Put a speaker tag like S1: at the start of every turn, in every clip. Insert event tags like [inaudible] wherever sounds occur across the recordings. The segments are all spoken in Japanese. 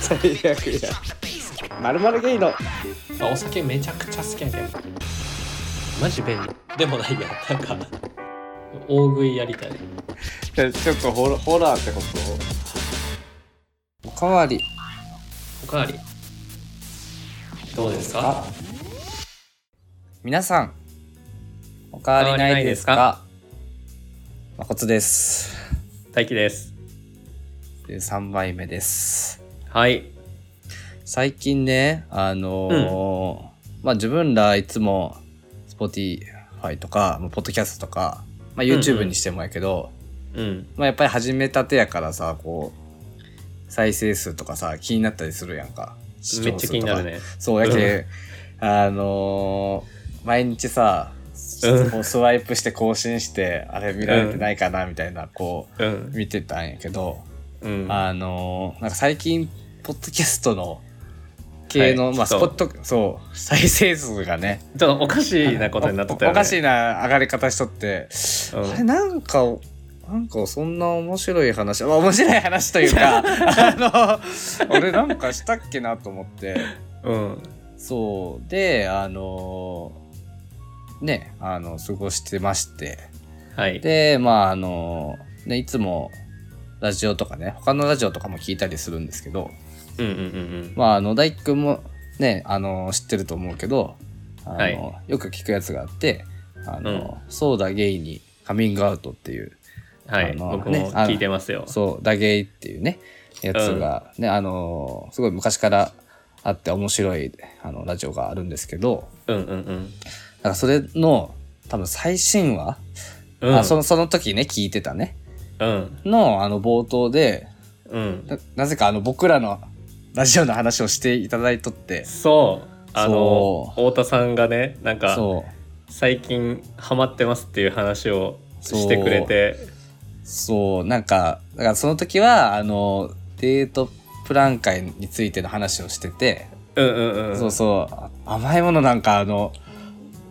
S1: 最悪や。まるまるゲイの。
S2: あお酒めちゃくちゃ好きやけどマジ便利でもないやなんか大食いやりたい
S1: ちょっとホラホラーってことおかわり。
S2: おかわりどうですか
S1: あ皆さん、おかわりないですかまこつです。
S2: 大輝です
S1: 3杯目です。
S2: はい
S1: 最近ね、あのーまあ自分らいつも Spotify とか、まあポッドキャストとか、まあ、
S2: うんう
S1: YouTube
S2: ん
S1: にしてもやけど、
S2: うん
S1: まあ、やっぱり始めたてやからさこう再生数とかさ気になったりするやんか視
S2: め
S1: 聴
S2: っち
S1: 数とか
S2: ゃ気になるね
S1: そうやけ、あのー毎日さ
S2: うん
S1: こうスワイプして更新して、あれ見られてないかなみたいなこ
S2: うん
S1: う見てたんやけど、
S2: うん
S1: あのーなんか最近ポッドキャストの系の、
S2: はい
S1: まあス
S2: そう
S1: ポットそう再生数がね
S2: ちょっとおかしいなことになってたよね
S1: おおかしいな上がり方しとって、
S2: うん
S1: あれなんかなんかそんな面白い話まあ面白い話というか
S2: [laughs]
S1: あの俺なんかしたっけなと思って
S2: うん
S1: そうであのねあの過ごしてまして
S2: はい
S1: でまああのねいつもラジオとかね他のラジオとかも聞いたりするんですけど
S2: うんうんうん
S1: まあ野田くんもねあの知ってると思うけどあの、
S2: はい
S1: よく聞くやつがあって「あのそうだゲイにカミングアウト」っていう
S2: うんは
S1: あ
S2: い
S1: の
S2: 僕
S1: ね
S2: も聞いてますよ
S1: そう、ダゲイっていうね、やつが、ね、あのーすごい昔からあって面白い、あの、ラジオがあるんですけど、
S2: うんうん
S1: だからそれの、多分最新話、
S2: うん
S1: あそ
S2: の
S1: の、その時ね、聞いてたね、
S2: うん
S1: の、あの、冒頭で、
S2: うん
S1: ななぜかあの、僕らのラジオの話をしていただいとって、
S2: そうあの
S1: そ
S2: 太田さんがねなんか
S1: そう、
S2: 最近ハマってますっていう話をしてくれて
S1: そう、なんか、だからその時は、あの、デートプラン会についての話をしてて、
S2: うんうんうん
S1: そうそうあ甘いものなんかあの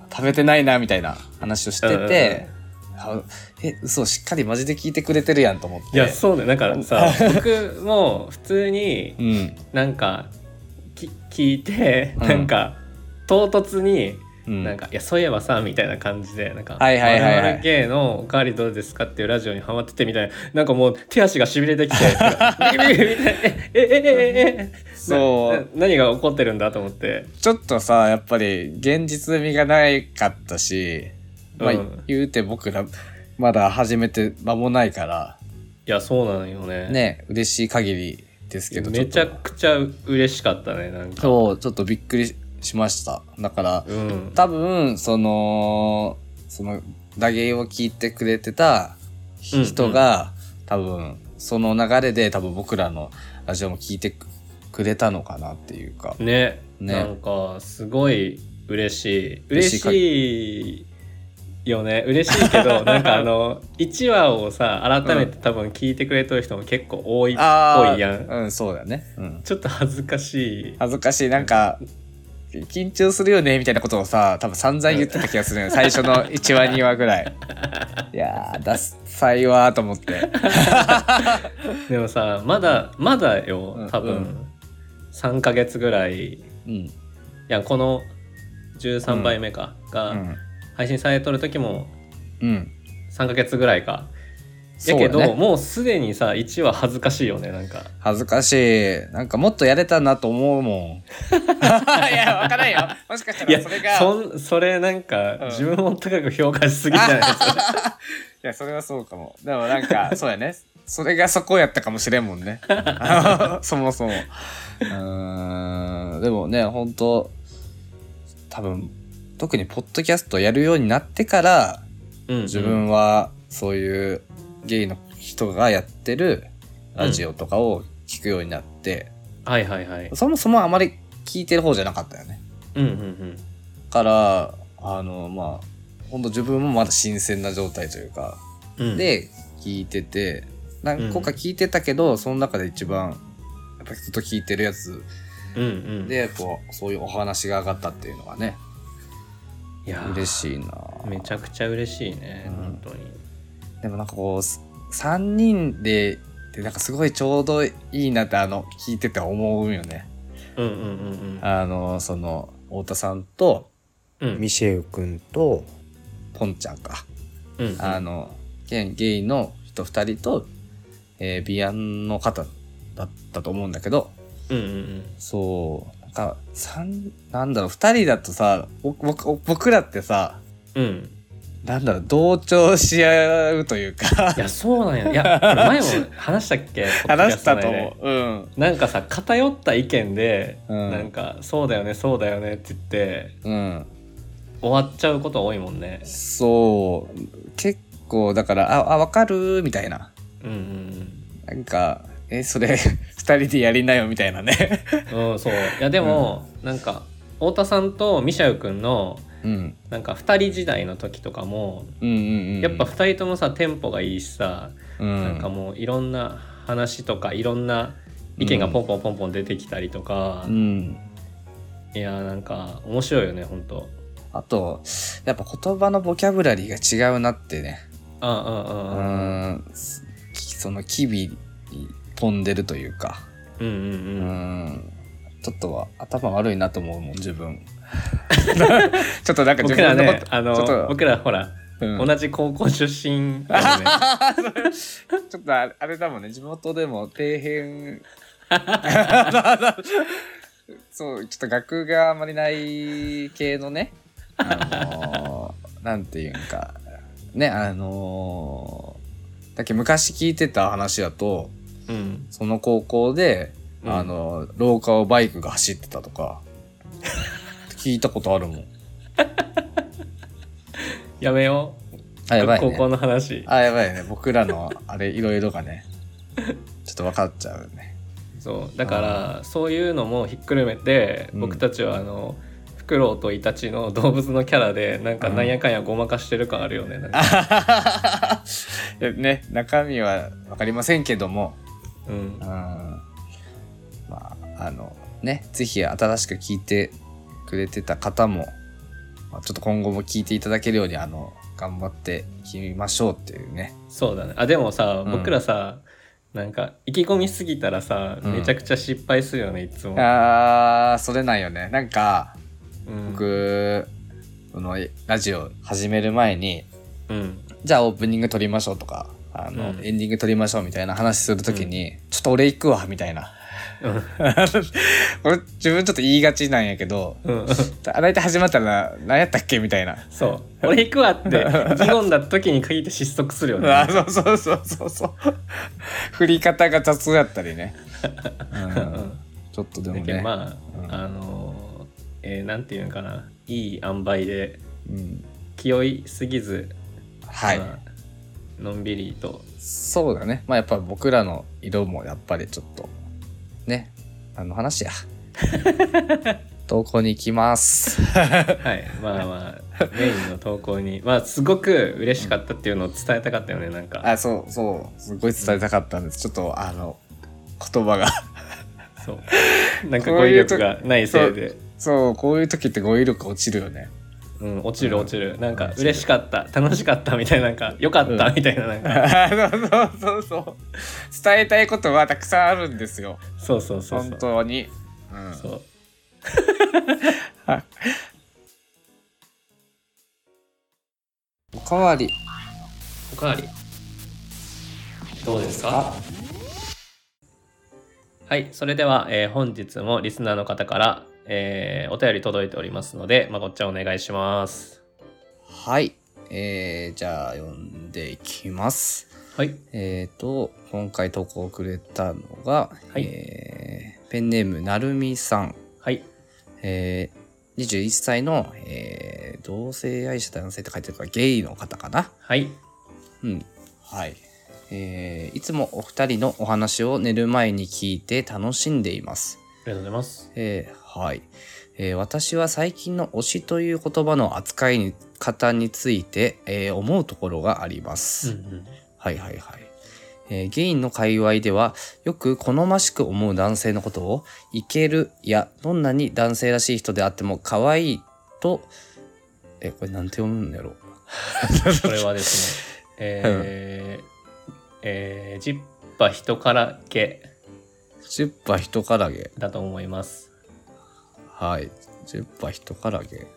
S1: 食べてないなみたいな話をしてて、あえ嘘しっかりマジで聞いてくれてるやんと思って
S2: いやそうねなんかさ僕も普通に
S1: うん
S2: なんかき聞いて
S1: うん
S2: なんか唐突に
S1: うん
S2: なんか、いやそういえばさみたいな感じでなんか「
S1: はいはいはいはい
S2: 〇〇系のおかわりどうですか?」っていうラジオにハマっててみたいななんかもう手足がしびれてきてビリビリみたいなええええええ
S1: そう
S2: なな何が起こってるんだと思って
S1: ちょっとさやっぱり現実味がないかったし、まあ
S2: うん
S1: 言うて僕らまだ始めて間もないから
S2: いやそうなのよね
S1: ね嬉しい限りですけど
S2: めち
S1: ょ
S2: ゃ
S1: っ
S2: くちゃ嬉しかったねなん
S1: と
S2: か
S1: そうちょっとびっくりしましただから
S2: うん
S1: 多分そのその打芸を聞いてくれてた
S2: うんうん
S1: 人が、多分その流れで多分僕らのラジオも聞いてくれたのかなっていうか、
S2: ね
S1: ね
S2: なんかすごい嬉しい
S1: 嬉
S2: 嬉
S1: しいか
S2: しいよね嬉しい
S1: [laughs]
S2: けどなんかあの1話をさ改めて多分聞いてくれてる人も結構多いっ
S1: あ
S2: ぽいやん
S1: うんそうだね、うん、
S2: ちょっと恥ずかしい
S1: 恥ずかしいなんか緊張するよねみたいなことをさ多分散々言ってた気がするよね最初の1話2話ぐ
S2: [laughs]
S1: らいいやーダサいわーと思って
S2: でもさまだまだよ多
S1: う
S2: 分3ヶ月ぐらいい
S1: うん
S2: やこの13倍目か
S1: う
S2: が
S1: ん
S2: 配信されとる時も
S1: うん
S2: 3ヶ月ぐらいか
S1: そ
S2: や
S1: う
S2: け
S1: だ
S2: ど
S1: ね
S2: もうすでにさ1話恥ずかしいよねなんか
S1: 恥ずかしい。なんかもっとやれたなと思うもん。 [laughs] いや、わからんよ。もしかした
S2: いや
S1: らそれが。 [laughs] い
S2: そんそれなんか、
S1: うん
S2: 自分を高く評価しすぎじゃないです
S1: [laughs]
S2: か
S1: や、それはそうかも。でもなん [laughs] か、そうやね。それがそこやったかもしれんもん [laughs] ね。あのそもそも。うーん。でもね、本当多分、特にポッドキャストやるようになってから、
S2: うん
S1: 自分はそういうゲイの人がやってるラジオとかを聞くようになって、
S2: はいはいはい
S1: そもそもあまり聞いてる方じゃなかったよね。
S2: うんうんうん
S1: からあのまあほんと自分もまだ新鮮な状態というか、
S2: うん
S1: で聞いてて何個か聞いてたけど、その中で一番やっぱ人と聞いてるやつ
S2: うんうん
S1: でこうそういうお話が上がったっていうのがね
S2: いやー
S1: 嬉しいな
S2: めちゃくちゃ嬉しいね、
S1: うん
S2: 本当に
S1: でもなんかこう3人ででなんかすごいちょうどいいなってあの聞いてて思うよね
S2: うんうんうん
S1: あのその太田さんと
S2: うんうん
S3: ミシェウ君と
S1: ポンちゃんか
S2: うんうん
S1: あのゲイゲイの人2人と、えー、ビアンの方だったと思うんだけど
S2: うんうんうん
S1: そうなんか三なんだろう2人だとさ僕僕僕らってさ
S2: うん
S1: なんだろう同調し合うという
S2: [laughs]
S1: か
S2: いやそうなんや
S1: [laughs]
S2: いやこれ前も話したっけ
S1: 話したと
S2: ポッド
S1: 思う、
S2: キャスト内で
S1: うん
S2: なんかさ偏った意見で、
S1: うん
S2: なんかそうだよねそうだよねって言って
S1: うん、
S2: 終わっちゃうこと多いもんね
S1: そう結構だから「ああ分かる」みたいな
S2: うん
S1: なんか「えそれ [laughs] 二人でやりなよ」みたいなね
S2: うんうん、うん、そういやでも、なんか太田さんとミシャウ君の
S1: うん
S2: なんか2人時代の時とかも
S1: うんうんうん
S2: やっぱ2人ともさテンポがいいしさ、
S1: うん
S2: なんかもういろんな話とかいろんな意見がポンポンポンポン出てきたりとか、
S1: うん
S2: いやーなんか面白いよねほんと
S1: あとやっぱ言葉のボキャブラリーが違うなってね
S2: ああ
S1: う
S2: ああああ
S1: ーんきその機微に飛んでるというか
S2: うんうん
S1: う
S2: うん
S1: ーんちょっとは頭悪いなと思うもん自
S2: [laughs]
S1: 分ちょっとなんか自
S2: 僕ら
S1: 分の
S2: ね
S1: こと
S2: あの
S1: ちょっと
S2: 僕らほ
S1: う
S2: ら、
S1: ん
S2: 同じ高校出身だよね
S1: [laughs] ちょっとあれあれだもんね、地元でも底
S2: [laughs]
S1: 辺。そう、ちょっと学があまりない系のね、あのーなんていうんか、ね、あのーだっけ昔聞いてた話だと、
S2: うん
S1: その高校で、
S2: うん
S1: あのー廊下をバイクが走ってたとか、聞いたことあるもん。
S2: やめよ
S1: あ、
S2: う、
S1: やばい
S2: 高校
S1: ね。
S2: の話
S1: あ、やばいね。僕らの、あれ、いろいろがね、ちょっと分かっちゃうね。
S2: そうだからそういうのもひっくるめて、
S1: うん
S2: 僕たちはあのフクロウとイタチの [laughs] 動物のキャラでなんか
S1: うん
S2: なんやかんやごまかしてる感あるよね、なんか
S1: いや [laughs] ね、中身は分かりませんけども、
S2: うん
S1: うん、まああのねぜひ新しく聞いてくれてた方も、まあ、ちょっと今後も聞いていただけるようにあの頑張っていきましょうっていうね
S2: そうだねあでもさ
S1: うん
S2: 僕らさ、なんか意気込みすぎたらさ、
S1: うん
S2: めちゃくちゃ失敗するよねいつも、
S1: あーそれなんよねなんか
S2: うん、
S1: 僕、このラジオ始める前に
S2: うん
S1: じゃあオープニング撮りましょうとかあの、
S2: うん
S1: エンディング撮りましょうみたいな話するときに、ちょっと俺行くわみたいな
S2: うん
S1: 俺自分ちょっと言いがちなんやけど
S2: うん、
S1: 大体始まったら何やったっけみたいな。
S2: そう俺行くわって
S1: [laughs]
S2: 意気込んだ時に限って失速するよね
S1: あそうそうそうそうそう振り方が雑やったりね、うん、ちょっとでも
S2: だけ
S1: ね、
S2: どま
S1: う
S2: あ、
S1: ん
S2: あのえーなんていうのかないい塩梅で
S1: うん、
S2: 気負いすぎず、
S1: はい、
S2: まあのんびりと
S1: そうだねまあやっぱ僕らの色もやっぱりちょっとねあの話 [laughs] や投稿に行きます
S2: はいまあまあメインの投稿にまあすごく嬉しかったっていうのを伝えたかったよねなんか
S1: あそうそうすごい伝えたかったんですちょっとあの言葉が
S2: そうなんか
S1: こ
S2: 語
S1: う
S2: 彙
S1: いうと
S2: 力がないせいで
S1: そうこういう時って語彙力落ちるよね
S2: う、ん、落ちる
S1: うん
S2: 落ちるなんか
S1: 落ちる
S2: 嬉しかった楽しかったみたいななんか良かった
S1: うん
S2: みたいななんか、
S1: あそうそうそうそう伝えたいことはたくさんあるんですよ
S2: そうそうそうそ
S1: 本
S2: う
S1: 当に、うん、
S2: そう
S1: おかわり
S2: おかわりどうですかはいそれでは、えー本日もリスナーの方から、えーお便り届いておりますのでまこっちゃんお願いします
S1: はいえー、じゃあ読んでいきます
S2: はい
S1: えーと今回投稿をくれたのが、
S2: はい
S1: えーペンネームなるみさん、
S2: はい
S1: えー、21歳の、えー同性愛者男性って書いてるからゲイの方かな
S2: はい
S1: うん。はい。えーいつもお二人のお話を寝る前に聞いて楽しんでいます。
S2: ありがとうございます
S1: えーはい、えー私は最近の推しという言葉の扱い方について、えー思うところがありま
S2: うん
S1: す。
S2: うん
S1: はいはいはい。えーゲインの界隈ではよく好ましく思う男性のことを「いける」や「どんなに男性らしい人であっても可愛いと」えこれなんて読むんだろう [laughs]
S2: これはですねえーえージッ羽人からけ
S1: チュッパ一からげ。
S2: だと思います
S1: はい。チュッパ一からげ。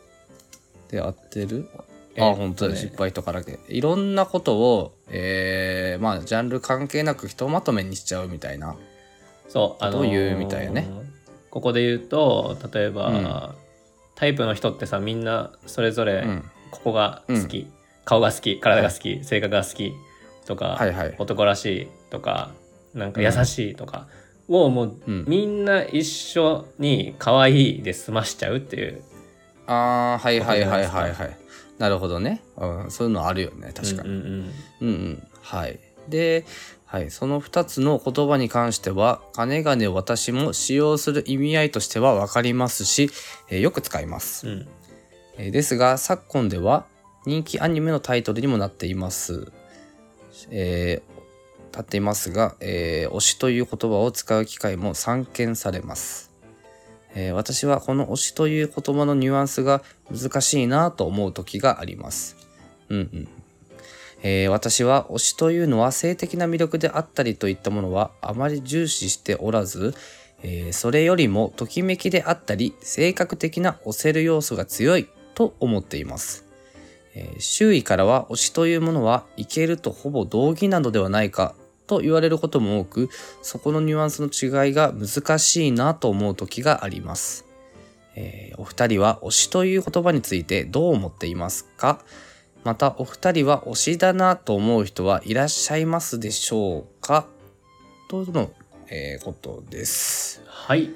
S1: で、合ってる
S2: えー
S1: あ、
S2: っとね
S1: 本当だ。失敗とからげ。いろんなことを、えー、まあ、ジャンル関係なくひとまとめにしちゃうみたいな。
S2: そう
S1: ことを言うみたいね
S2: ここで言うと例えば、タイプの人ってさみんなそれぞ
S1: う
S2: れ
S1: ん。
S2: ここが好き、顔が好き体が好き、性格が好きとか、
S1: はいはい。
S2: 男らしいとかなんか優しいとかをもう、
S1: うん
S2: みんな一緒に可愛いで済ましちゃうっていう
S1: ああ、はいはいはいは
S2: ことじゃな
S1: いい
S2: です
S1: はい。なるほどね。うん、そういうのあるよね、確かに。
S2: うんうんうん
S1: うんうんはい。で、はい、その2つの言葉に関しては、金金私も使用する意味合いとしては分かりますし、えーよく使います。
S2: うん
S1: えーですが、昨今では人気アニメのタイトルにもなっています。えー立っていますが、えー推しという言葉を使う機会も散見されます。えー私はこの推しという言葉のニュアンスが難しいなと思う時があります。うんうん。えー私は推しというのは性的な魅力であったりといったものはあまり重視しておらず、えーそれよりもときめきであったり性格的な推せる要素が強いと思っています、えー周囲からは推しというものはいけるとほぼ同義なのではないかと言われることも多くそこのニュアンスの違いが難しいなと思う時があります、えーお二人は推しという言葉についてどう思っていますかまたお二人は推しだなと思う人はいらっしゃいますでしょうかとの、えーことです
S2: はい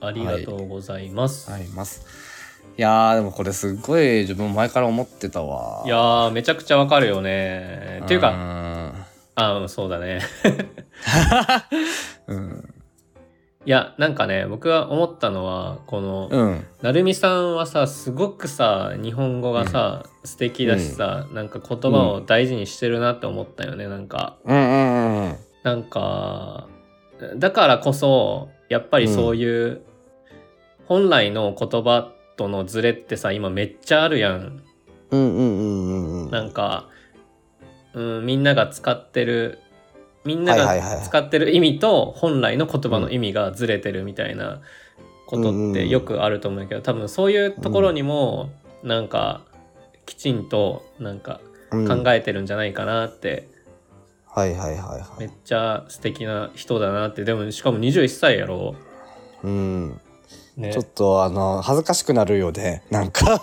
S2: ありがとうございます、
S1: あります。いやーでもこれすっごい自分前から思ってたわ。
S2: い、やーめちゃくちゃわかるよねっていうか
S1: か。
S2: あうんそうだね
S1: [laughs] うん。
S2: いやなんかね僕が思ったのはこの、
S1: うん。
S2: なるみさんはさすごくさ日本語がさ、素敵だしさ、なんか言葉を大事にしてるなって思ったよねなんか
S1: うんうんうん。
S2: なんかだからこそやっぱりそういう本来の言葉とのズレってさ今めっちゃあるやん
S1: うんうんうんうん。
S2: なんか、うん、みんなが使ってるみんな
S1: はいはい
S2: が
S1: はい
S2: 使ってる意味と本来の言葉の意味がずれてるみたいなことってよくあると思うけど多分そういうところにもなんかきちんとなんか考えてるんじゃないかなって、
S1: はいはいはいは
S2: めっ
S1: い。
S2: ちゃ素敵な人だなってでもしかも21歳やろ
S1: うん。
S2: ね
S1: ちょっとあの恥ずかしくなるようでなん
S2: [laughs]
S1: か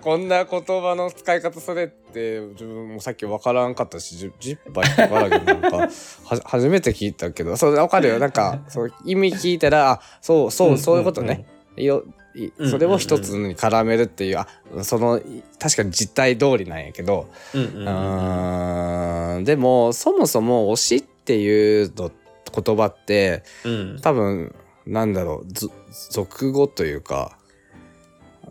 S1: こんな言葉の使い方それって自分もさっき分からんかったしジュジッパーとからげなんか [laughs] は初めて聞いたけどそう分かるよなんかそう意味聞いたらあそうそうそういうことね、よい
S2: うん
S1: それを一つに絡めるっていう,、あそのい確かに実態通りなんやけど、
S2: うんうん
S1: う
S2: うんうん
S1: ーんでもそもそも推しっていうの言葉って
S2: うん
S1: 多分なんだろうず俗語というか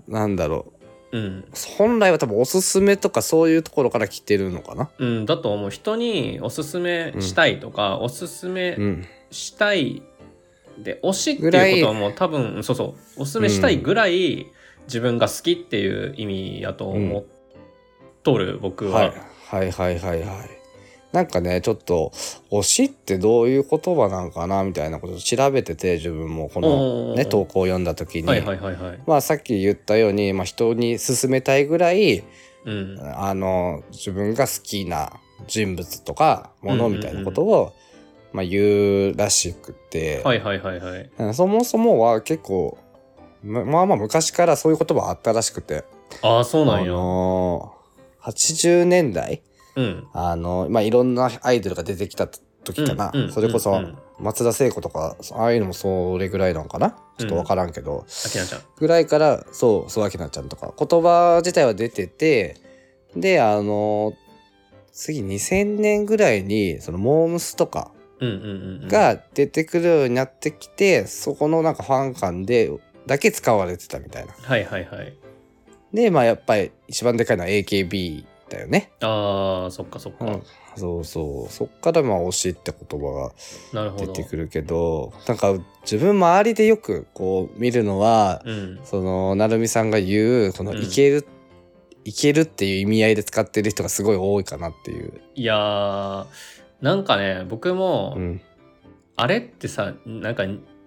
S1: なんだろう
S2: うん
S1: 本来は多分おすすめとかそういうところから来てるのかな。
S2: うんだと思う人におすすめしたいとか、おすすめ
S1: うん、
S2: したいで推しって
S1: ぐらい
S2: いうことはもう多分そうそうおすすめしたいぐらい自分が好きっていう意味やと思っとる、僕は、
S1: はい、はいはいはいはいなんかねちょっと推しってどういう言葉なんかなみたいなことを調べてて自分もこ
S2: おー
S1: の、ね、投稿を読んだ時に、
S2: はいはいはいはい
S1: まあ、さっき言ったように、まあ、人に勧めたいぐらい
S2: うん
S1: あの自分が好きな人物とかもの
S2: うんうんうん
S1: みたいなことを、まあ、言うらしくて、
S2: はいはいはいはい
S1: うんそもそもは結構ままあまあ昔からそういう言葉あったらしくて。
S2: ああそうなん
S1: あ
S2: や
S1: の80年代
S2: うん
S1: あの、まあ、いろんなアイドルが出てきた時かな。
S2: うんうん
S1: それこ
S2: う
S1: そ
S2: んうん、
S1: 松田聖子とか、ああいうのもそれぐらいなのかなちょっとわからんけど。
S2: あきなちゃん
S1: ぐらいから、そう、そうあきなちゃんとか、言葉自体は出てて、で、あの、次2000年ぐらいに、その、モームスとか
S2: うんうんうんうん
S1: が出てくるようになってきて、そこのなんかファン間で、だけ使われてたみたいな。
S2: はいはいはい
S1: で、まあ、やっぱり一番でかいのは AKB だよね。
S2: ああそっかそっか、
S1: うんそうそう。そっから、まあ、推しって言葉が
S2: なるほ
S1: 出
S2: ど
S1: てくるけどなんか自分周りでよくこう見るのは、
S2: うん
S1: その成美さんが言うこの
S2: うん
S1: いける、いけるっていう意味合いで使ってる人がすごい多いかなっていう。
S2: いやーなんかね僕も、
S1: うん、
S2: あれってさなんか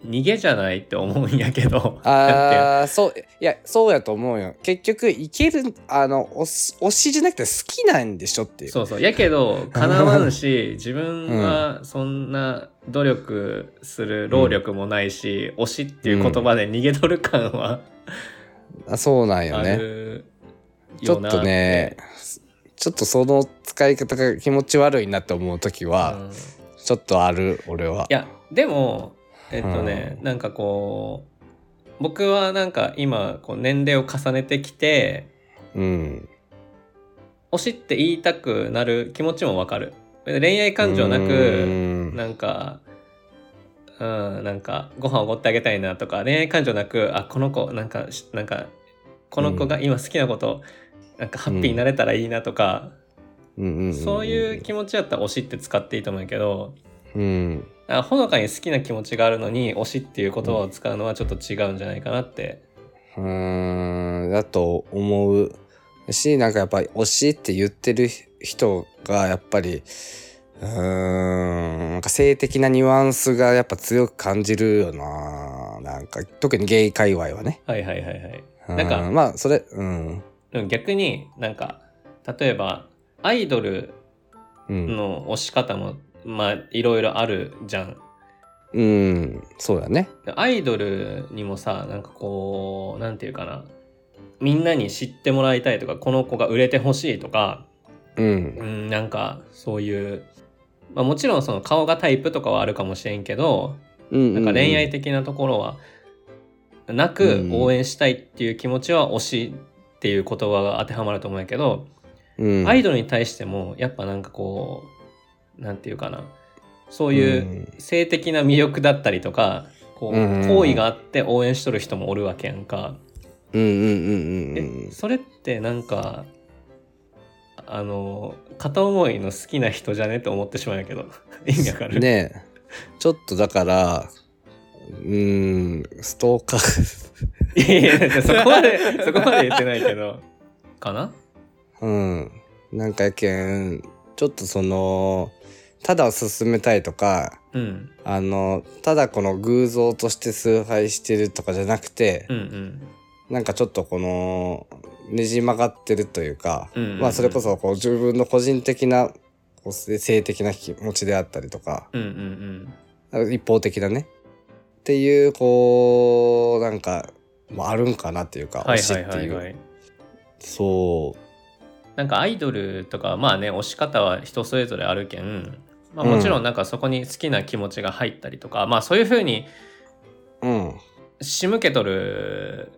S2: 逃げじゃないって思うんやけどだって
S1: ああそういやそうやと思うよ結局いけるあの推し推しじゃなくて好きなんでしょっていう
S2: そうそうやけどかなわんし自分はそんな努力する労力もないし、推しっていう言葉で逃げとる感は
S1: あそうなんよ
S2: あ
S1: ね
S2: る
S1: ち
S2: よ
S1: ょっ
S2: な
S1: とねちょっとその使い方が気持ち悪いなって思う時は、
S2: うんい
S1: ちょっとある俺は
S2: やでもえっとね、
S1: うん
S2: なんかこう僕はなんか今こう年齢を重ねてきて
S1: うん
S2: 推しって言いたくなる気持ちもわかる恋愛感情な
S1: う
S2: く
S1: ん
S2: なんかうんなんかご飯おごってあげたいなとか恋愛感情なくあこの子なんかしなんかこの子が今好きなこと、なんかハッピーになれたらいいなと
S1: う
S2: か、
S1: んうん
S2: そういう気持ちだったら推しって使っていいと思うんやけど
S1: うん
S2: あほのかに好きな気持ちがあるのに推しっていう言葉を使うのはちょっと違うんじゃないかなって、
S1: うーんだと思うしなんかやっぱり推しって言ってる人がやっぱりうーんなんか性的なニュアンスがやっぱ強く感じるよななんか特にゲイ界隈はね
S2: はいはいはいはいうなんか
S1: まあそれうん
S2: でも逆になんか例えばアイドル
S1: うん、
S2: の推し方もまあいろいろあるじゃん
S1: うん、そうだね
S2: アイドルにもさなんかこうなんていうかなみんなに知ってもらいたいとかこの子が売れてほしいとか、
S1: う
S2: うんん、なんかそういう、まあ、もちろんその顔がタイプとかはあるかもしれんけど
S1: うん
S2: なんか恋愛
S1: うん
S2: 的なところはな
S1: う
S2: く
S1: ん
S2: 応援したいっていう気持ちは推しっていう言葉が当てはまると思うんやけど、
S1: うん、
S2: アイ
S1: ド
S2: ドルに対してもやっぱなんかこうなんていうかなそういう性的な魅力だったりとかこう
S1: うんうんうん
S2: 好意があって応援しとる人もおるわけやんか、
S1: うんうんうんうんうん
S2: えそれってなんかあの片思いの好きな人じゃねって思ってしまうんやけど [laughs] 意味わかる、
S1: ねえちょっとだからうーんストーカー
S2: いやいやだってそこまでそこまで言ってないけどかな
S1: うんなんかやけんちょっとそのただ進めたいとか
S2: うん
S1: あのただこの偶像として崇拝してるとかじゃなくて
S2: う、んうん
S1: なんかちょっとこのねじ曲がってるというか、
S2: うんうんうん
S1: まあそれこそこう自分の個人的なこう性的な気持ちであったりとか
S2: うんうん
S1: 一方的なねっていうこうなんか、まあ、あるんかなっていうか
S2: うんは
S1: 推
S2: い
S1: し
S2: は
S1: っ
S2: い
S1: て、
S2: はいいうはい
S1: そ
S2: なんかアイドルとかまあね推し方は人それぞれあるけん、まあ、もちろんなんかそこに好きな気持ちが入ったりとか、まあそういうふうに
S1: ううん
S2: 仕向けとる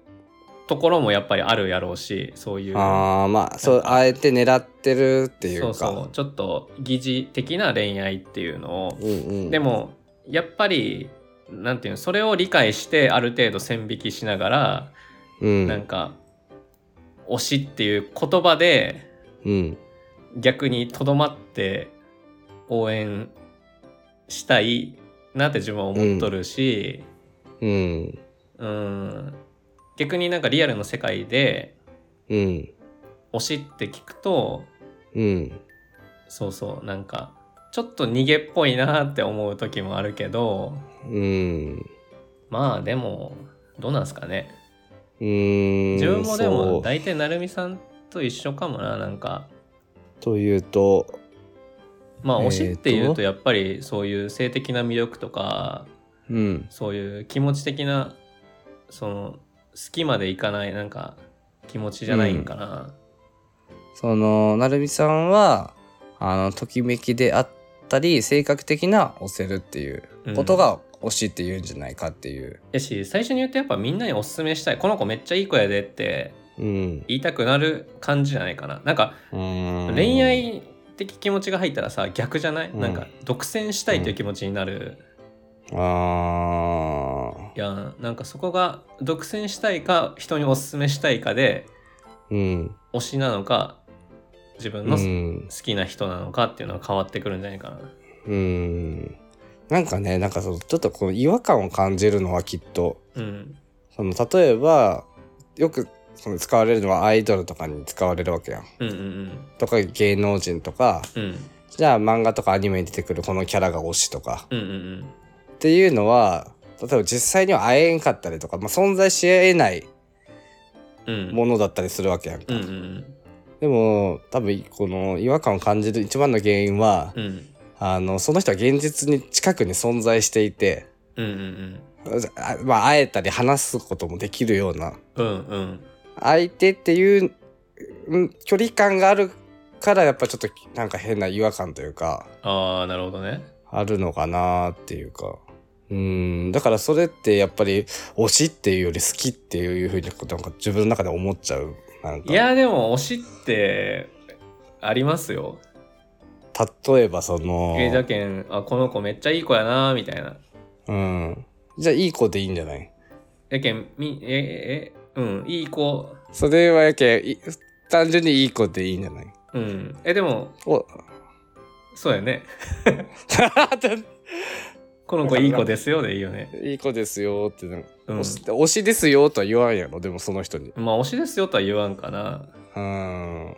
S2: ところもやっぱりあるやろうしそういう
S1: ああまあそうあえて狙ってるっていう
S2: そ
S1: か
S2: うそうちょっと疑似的な恋愛っていうのを、
S1: うんうん、
S2: でもやっぱりなんていうのそれを理解してある程度線引きしながら、
S1: うん
S2: なんか推しっていう言葉で
S1: うん
S2: 逆にとどまって応援したいなって自分は思っとるし、
S1: うん
S2: うん、逆になんかリアルの世界で
S1: うん
S2: 推しって聞くと
S1: うん
S2: そうそうなんかちょっと逃げっぽいなって思う時もあるけど
S1: うん
S2: まあでもどうなんすかね
S1: うん
S2: 自分もで
S1: そ
S2: も
S1: う
S2: 大体成美さんと一緒かもななんか
S1: というと
S2: まあ推しってい
S1: えー
S2: う
S1: と
S2: とやっぱりそういう性的な魅力とか
S1: うん
S2: そういう気持ち的なその好きまでいかないなんか気持ちじゃないんかな、
S1: そのなるみさんはあのときめきであったり性格的な推せるっていうことが推しって言うんじゃないかっていう。
S2: やし最初に言ってやっぱみんなにおすすめしたいこの子めっちゃいい子やでって
S1: うん、
S2: 言いたくなる感じじゃないかななんか恋
S1: 恋
S2: 愛的気持ちが入ったらさ逆じゃない、
S1: うん
S2: なんか独占したいという気持ちになる、
S1: あー
S2: いやんなんかそこが独占したいか人におすすめしたいかで
S1: うん
S2: 推しなのか自分
S1: う
S2: の好
S1: ん
S2: きな人なのかっていうのは変わってくるんじゃないかな、
S1: うんなんかねなんかそのちょっとこう違和感を感じるのはきっと
S2: うん、
S1: その例えばよくその使われるのはアイドルとかに使われるわけやん
S2: うんうん
S1: とか芸能人とか
S2: うんうん
S1: じゃあ漫画とかアニメに出てくるこのキャラが推しとか
S2: うんうん
S1: っていうのは例えば実際には会えんかったりとか、まあ、存在しえない
S2: うんうん
S1: ものだったりするわけやんか、
S2: うんうん
S1: でも多分この違和感を感じる一番の原因は、
S2: うんうん
S1: あのその人は現実に近くに存在していて
S2: うんうん
S1: あまあ会えたり話すこともできるような
S2: うんうん
S1: 相手っていううん距離感があるからやっぱちょっとなんか変な違和感というか
S2: ああなるほどね
S1: あるのかなっていうかうんだからそれってやっぱり推しっていうより好きっていうふうになんか自分の中で思っちゃうなんか
S2: いやでも推しってありますよ
S1: 例えばその、
S2: えーじゃけんあこの子めっちゃいい子やなみたいな
S1: うんじゃあいい子でいいんじゃない
S2: やけんみええうんいい子
S1: それはやけい単純にいい子でいいんじゃない
S2: うんえでも
S1: お [laughs]
S2: そうやねこの子いい子ですよでいいよね
S1: いい子ですよってなんか
S2: うん
S1: 推し推しですよとは言わんやろでもその人に
S2: まあ推しですよとは言わんかな
S1: うーん。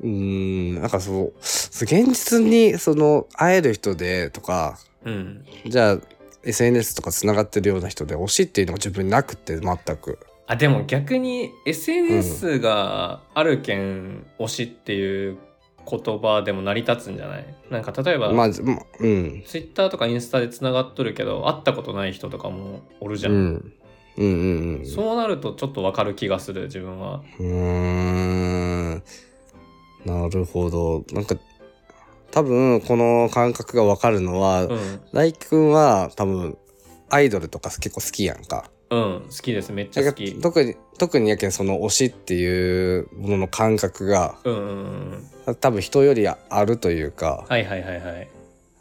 S1: うーん、なんかそう、現実にその会える人でとか、
S2: うん
S1: じゃあ SNS とかつながってるような人で推しっていうのが自分になくって全く。
S2: あでも逆に SNS があるけん、推しっていう言葉でも成り立つんじゃないなんか例えば、
S1: まあ、ずまうん。
S2: Twitter とかインスタでつながっとるけど会ったことない人とかもおるじ
S1: う
S2: ゃん、
S1: ん。うんうんうん。う
S2: そうなるとちょっとわかる気がする自分は
S1: ーん。なるほど。なんか、多分この感覚がわかるのは、
S2: うん
S1: 大輝くんは多分アイドルとか結構好きやんか。
S2: うん好きですめっちゃ好き
S1: 特に特にやけんその推しっていうものの感覚が
S2: うんうんうん
S1: 多分人よりあるというか、
S2: はいはいはいはい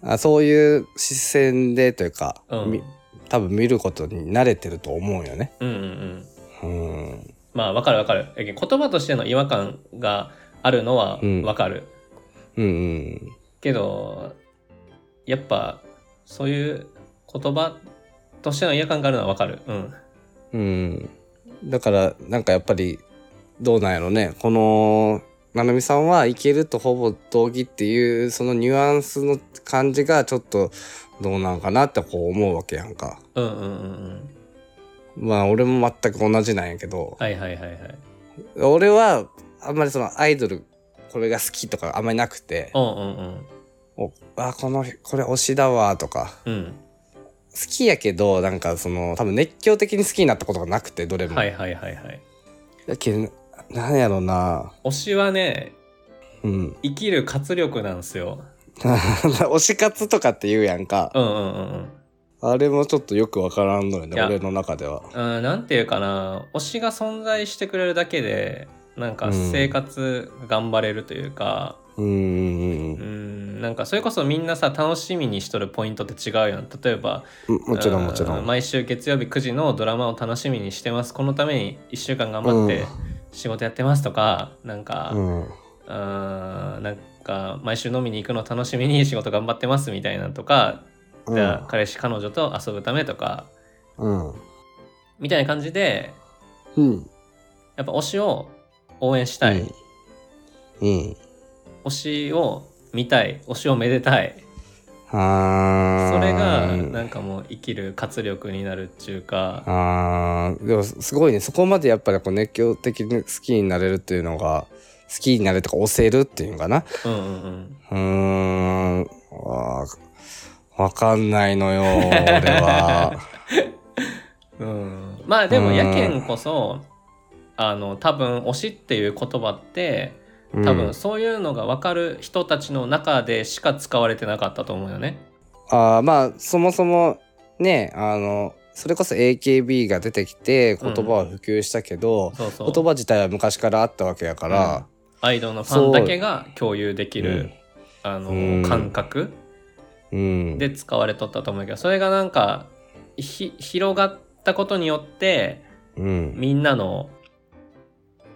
S1: あそういう視線でというか、
S2: うん
S1: み多分見ることに慣れてると思うよね。
S2: うんうんうん
S1: うん
S2: まあわかるわかるえ言葉としての違和感があるのは
S1: うん
S2: わかる、
S1: うんうん
S2: けどやっぱそういう言葉としての違和感があるのはわかるうん
S1: うん、だからなんかやっぱりどうなんやろねこのななみさんはいけるとほぼ同義っていうそのニュアンスの感じがちょっとどうなんかなってこう思うわけやんか。
S2: うんうんうんうん
S1: まあ俺も全く同じなんやけど、
S2: はいはいはいはい
S1: 俺はあんまりそのアイドルこれが好きとかあんまりなくて
S2: うんうんうん
S1: おあこのこれ推しだわとか
S2: うん
S1: 好きやけどなんかその多分熱狂的に好きになったことがなくてどれも、
S2: はいはいはいはい
S1: だけどなんやろうな
S2: 推しはね
S1: うん [laughs]
S2: 生きる活力なんですよ
S1: 推し活とかって言うやんか
S2: うんうんうんうん
S1: あれもちょっとよくわからんのよ
S2: い
S1: ね
S2: や
S1: 俺の中では
S2: うん、なんていうかな推しが存在してくれるだけでなんか
S1: うん
S2: 生活頑張れるというか、
S1: うんうんうんう
S2: う
S1: ん
S2: ん、なんかそれこそみんなさ楽しみにしとるポイントって違うやん例えば
S1: ももちろんもちろ
S2: うん
S1: ん
S2: 毎週月曜日9時のドラマを楽しみにしてますこのために1週間頑張って仕事やってますとか、なんか、う、
S1: うんん
S2: なんか毎週飲みに行くの楽しみに仕事頑張ってますみたいなのとか、じゃあ彼氏彼女と遊ぶためとか
S1: うん
S2: みたいな感じで
S1: うん
S2: やっぱ推しを応援したい、
S1: うん
S2: 推しを見たい推しをめでたい
S1: あー
S2: それがなんかもう生きる活力になるっていうか
S1: あーでもすごいねそこまでやっぱりこう熱狂的に好きになれるっていうのが好きになれるとか押せるっていうのかな
S2: うんうんうん
S1: うーんわわかんないのよ俺
S2: [laughs]
S1: は
S2: うん、まあでもやけんこそあの多分推しっていう言葉って
S1: うん
S2: 多分そういうのが分かる人たちの中でしか使われてなかったと思うよね。
S1: あーまあそもそもねあのそれこそ AKB が出てきて言葉は普及したけど、
S2: そうそ
S1: 言
S2: う
S1: 葉自体は昔からあったわけやから、
S2: アイドルのファンだけが共有でき
S1: う
S2: る
S1: ん、
S2: あ
S1: うん
S2: の感覚
S1: うん
S2: で使われとったと思うけどそれがなんかひ広がったことによって
S1: うん
S2: みんなの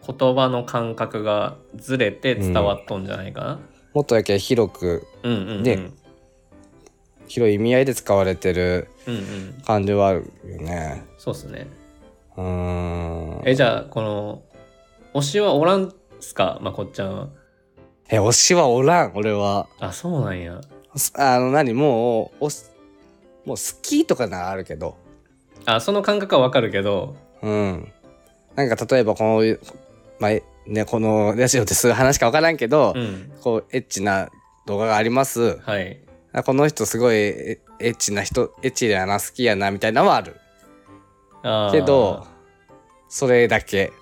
S2: 言葉の感覚がずれて伝わっとんじゃないかな。
S1: もっとやけ広く
S2: うんうんうん、
S1: で広い意味合いで使われてる
S2: うんうん、
S1: 感じはあるよね。
S2: そうっすね。
S1: うーん。
S2: えじゃあこの推しはおらんっすかまこっちゃんは
S1: ええ、推しはおらん、俺は。
S2: あ、そうなんや。
S1: すあの、何、もう、推し、もう好きとかならあるけど、
S2: あ、その感覚はわかるけど、
S1: うん。なんか例えばこの、まあ、えね、このラジオってする話かわからんけど、
S2: うん。
S1: こう、エッチな動画があります。
S2: はい。
S1: あこの人すごいエエッチな人、エッチやな、好きやな、みたいなのはある。
S2: あー
S1: けど、それだけ。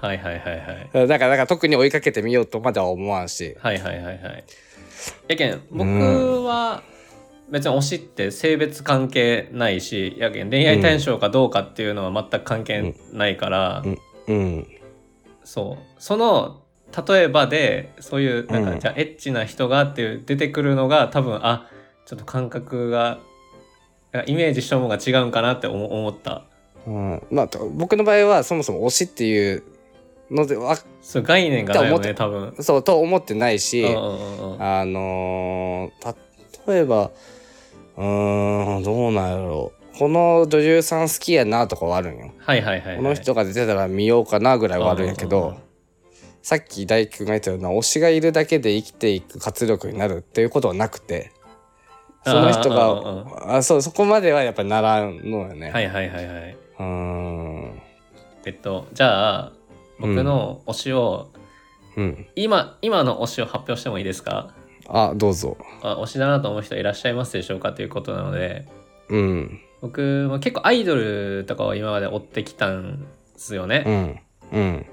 S2: はいはいはいはい。
S1: だから、だから特に追いかけてみようとまでは思わんし。
S2: はいはいはいはい。やけん、僕
S1: うん
S2: は別に推しって性別関係ないし、やけん恋愛対象かどうかっていうのは全く関係ないから、
S1: んうん。
S2: そう。その例えばで、そういう、なんか、
S1: うん
S2: じゃあエッチな人がっていう出てくるのが多分、あ、ちょっと感覚が、イメージしたものが違うんかなって思思った。
S1: うん、まあと僕の場合はそもそも推しっていうのでわ
S2: そう概念がないよね、
S1: だ
S2: 多分。
S1: そうと思ってないし、
S2: うんうんうんうん
S1: あのー例えばうーんどうなんやろうこの女優さん好きやなとかはあるんよ。
S2: はいはいはいはい。
S1: この人が出てたら見ようかなぐらいはあるんやけど、
S2: うんうんうん
S1: さっき大輝くんが言ったような推しがいるだけで生きていく活力になるっていうことはなくてその人
S2: あーうん
S1: があそうそこまではやっぱならんのよね。
S2: はいはいはいはい。
S1: うーん
S2: えっと、じゃあ、僕の推しを、
S1: うん、
S2: 今、今の推しを発表してもいいですか
S1: あどうぞ。
S2: あ推しだなと思う人いらっしゃいますでしょうかということなので、
S1: うん
S2: 僕も結構アイドルとかを今まで追ってきたんですよね。
S1: うんうん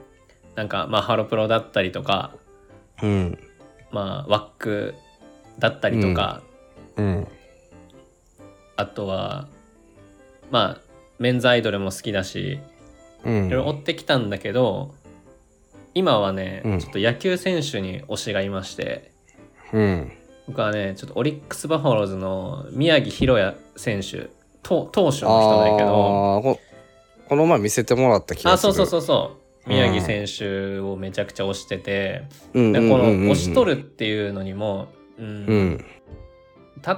S2: なんか、まあ、ハロプロだったりとか、
S1: うん
S2: まあ、ワックだったりとか、
S1: うん
S2: あとは、まあ、メンズアイドルも好きだし、
S1: うん
S2: いろいろ追ってきたんだけど、今はね、
S1: うん
S2: ちょっと野球選手に推しがいまして、
S1: うん
S2: 僕はね、ちょっとオリックス・バファローズの宮城宏也選手、と投手の人だけど、
S1: あーここの前見せてもらった気
S2: あ
S1: がす
S2: そ
S1: る
S2: うそうそうそう、
S1: うん
S2: 宮城選手をめちゃくちゃ推してて、
S1: うんう
S2: で
S1: ん
S2: こ
S1: う
S2: の
S1: んうん
S2: 推しとるっていうのにも、うん
S1: うん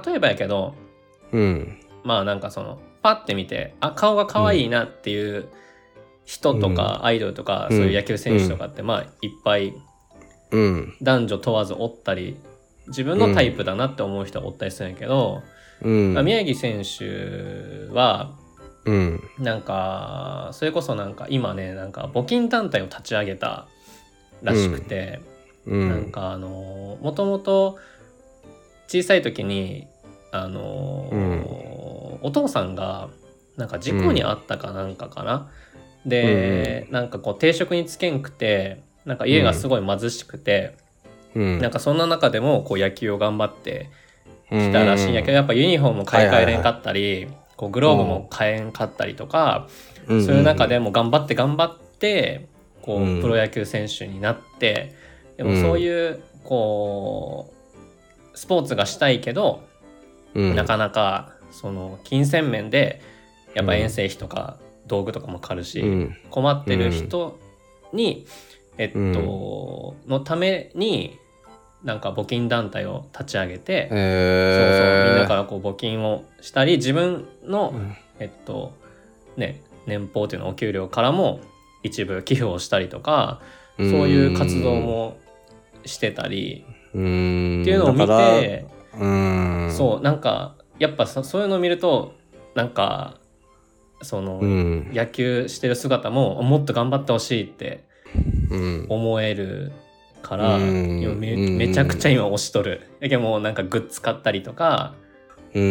S2: 例えばやけど、
S1: うん
S2: まあなんかその、パッて見て、あ、顔が可愛いなっていう人とか、アイドルとか、
S1: うん
S2: そういう野球選手とかって、まあいっぱい
S1: うん
S2: 男女問わずおったり自分のタイプだなって思う人はおったりするんやけど、
S1: うん
S2: まあ宮城選手は
S1: うん
S2: なんかそれこそなんか今ねなんか募金団体を立ち上げたらしくて、
S1: う
S2: なん
S1: ん
S2: かあのもともと小さい時にあの、お父さんがなんか事故に遭ったかなんかかな、で、なんかこう定職に就けんくてなんか家がすごい貧しくて。
S1: うん
S2: なんかそんな中でもこう野球を頑張ってき
S1: 来
S2: たらしいんやけど、やっぱユニフォーム買い替えれんかったり、こうグローブも買えんかったりとか、
S1: ど
S2: そういう中でも頑張って頑張って、こ
S1: うん
S2: うプロ野球選手になって、
S1: う
S2: でも
S1: ん
S2: そういう、こう、スポーツがしたいけど、なかなかその金銭面で、やっぱ遠征費とか道具とかもかかるし、
S1: うん
S2: 困ってる人に、えっと、のためになんか募金団体を立ち上げて、そうそうみん
S1: え
S2: なからこう募金をしたり自分の、
S1: うん
S2: えっとね年俸というのお給料からも一部寄付をしたりとかそういう活動もしてたり
S1: うん
S2: っていうのを見
S1: だから
S2: て、
S1: うん
S2: そうなんかやっぱそそういうのを見るとなんかその、
S1: うん
S2: 野球してる姿ももっと頑張ってほしいって
S1: うん
S2: 思えるから
S1: うん
S2: 今め
S1: うん
S2: めちゃくちゃ今推しとるだけどもうなんかグッズ買ったりとか、
S1: うん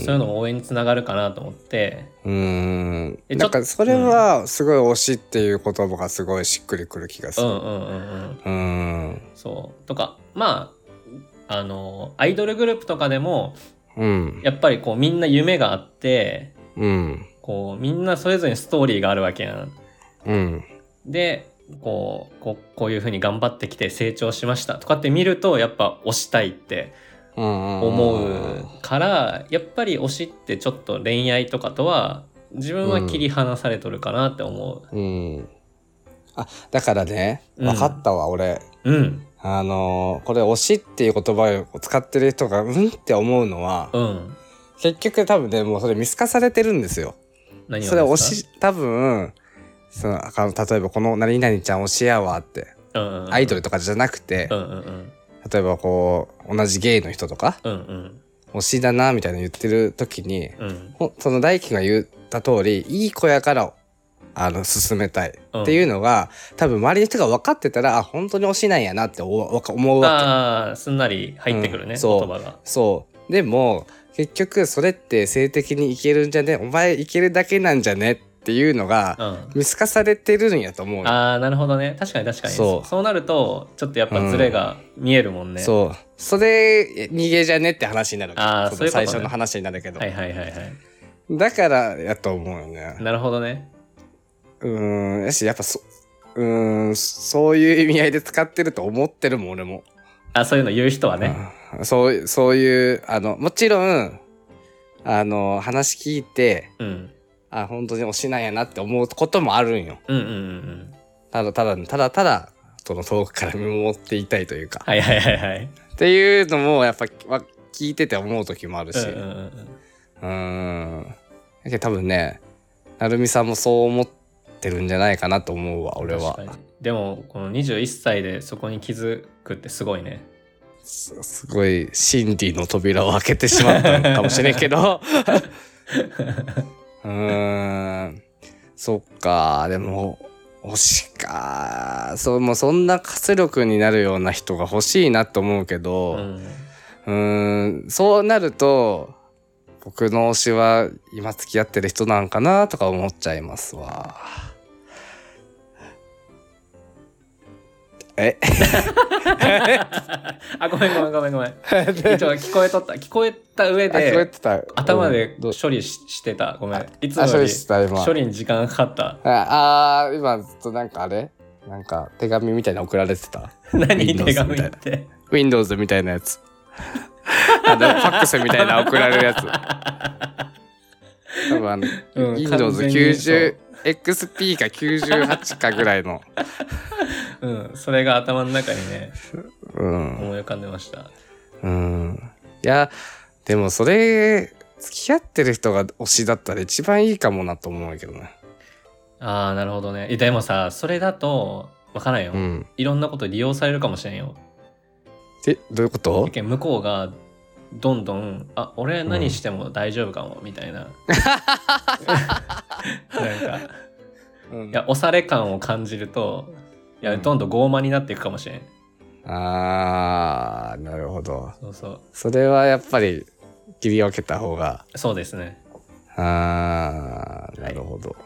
S2: そういうのも応援につながるかなと思って
S1: うん
S2: えちょ
S1: なんかそれはすごい推しっていう言葉がすごいしっくりくる気がす
S2: うん
S1: る
S2: うんうんうん
S1: うん
S2: そうとかまああのアイドルグループとかでも
S1: うん
S2: やっぱりこうみんな夢があって
S1: うん
S2: こうみんなそれぞれにストーリーがあるわけやん
S1: うん
S2: でこうこうこういうふうに頑張ってきて成長しましたとかって見るとやっぱ推したいって思
S1: 思
S2: うからやっぱり推しってちょっと恋愛とかとは自分は切り離されとるかなって思
S1: うん。あ、だからね、
S2: うん
S1: 分かったわ、俺。
S2: ううん
S1: あのーこれ、推しっていう言葉を使ってる人が、うんって思うのは、
S2: うん
S1: 結局多分ね、もうそれ見透かされてるんですよ。
S2: 何を
S1: それ
S2: で
S1: 推
S2: すか
S1: し、多分、その、あ例えばこの何々ちゃん推しやわって。
S2: うん
S1: アイドルとかじゃなくて
S2: う、んうんうん
S1: 例えばこう、同じゲイの人とか、
S2: うんうん
S1: 推しだな、みたいな言ってる時に、
S2: うん
S1: ほんその大輝が言った通り、いい子やから、あの、進めたいっていうのが、多分周りの人が分かってたら、あ、本当に推しなんやなっておわか思うわけ。
S2: ああすんなり入ってくるね、
S1: うん
S2: 言
S1: そう
S2: 葉が
S1: そう。でも、結局、それって性的にいけるんじゃねお前いけるだけなんじゃねっていうのが、
S2: うん
S1: 見透かされてるんやと思うよ
S2: ああなるほどね確かに確かに
S1: そ
S2: そううなるとちょっとやっぱズレが見えるもんね、
S1: そう。それ、逃げじゃねって話になるわけ。
S2: あー
S1: の
S2: そういうこと
S1: 最
S2: ね
S1: 初の話になるけど。
S2: はいはいはいはい
S1: だから、やと思うよね。
S2: なるほどね
S1: うーん。やし、やっぱそ、うーん、そういう意味合いで使ってると思ってるもん、俺も。
S2: あそういうの言う人はね、
S1: うんそういう、そういう、あの、もちろん、あの、話聞いて、
S2: うん、
S1: あ、本当に推しなんやなって思うこともあるんよ。
S2: うんうんうんうん
S1: ただただ、ただただ、その遠くから見守っていたいというか。
S2: はいはいはいはい
S1: っていうのも、やっぱ、わ聞いてて思う時もある
S2: うん
S1: し。
S2: うんうんうん
S1: うーん。だけど多分ね、なるみさんもそう思ってるんじゃないかなと思うわ、俺は。
S2: 確かにでもこの21歳でそこに気づくってすごいね
S1: すすごい、シンディの扉を開けてしまったのかもしれんけど。 [laughs] うーん。そっか、でも、欲しか。そう、もうそんな活力になるような人が欲しいなと思うけ
S2: う
S1: ど、
S2: ん
S1: うーん、そうなると、僕の推しは今付き合ってる人なんかなとか思っちゃいますわ。え
S2: あごめんごめんごめん
S1: [laughs]
S2: ごめん一応聞こえとった聞こえた上
S1: あ、聞こえ
S2: で
S1: てた。
S2: 頭で
S1: うんどう
S2: 処理ししてたごめんいつも
S1: あ、処
S2: よ
S1: 理
S2: り
S1: してた、今。
S2: 処理に時間かかった
S1: ああー、今ずっとなんかあれなんか手紙みたいなの送られてた。
S2: 何
S1: Windows
S2: 手紙
S1: みた
S2: っ
S1: いな
S2: て
S1: Windows みたいなや
S2: [laughs]
S1: つ。あの、ファックスみたいな送られるや
S2: [laughs]
S1: つ。多分あの、
S2: うん
S1: Windows90XP か98かぐらいの。
S2: うんそれが頭の中にね
S1: うん。
S2: 思い浮かんでました
S1: うん。いや、でもそれ、付き合ってる人が推しだったら一番いいかもなと思うんやけどね。
S2: ああなるほどねえでもさそれだとわからんよ、
S1: うん。
S2: いろんなこと利用されるかもしれんよ
S1: え、どういうこと
S2: だけん向こうがどんどん「あ俺何しても大丈夫かも」みたい [laughs] な、なんか
S1: うん
S2: いや押され感を感じるといや
S1: うん
S2: どんどん傲慢になっていくかもしれん、
S1: あー、なるほど。
S2: そうそう
S1: それはやっぱり切り分けた方が。
S2: そうですね
S1: あー、なるほど。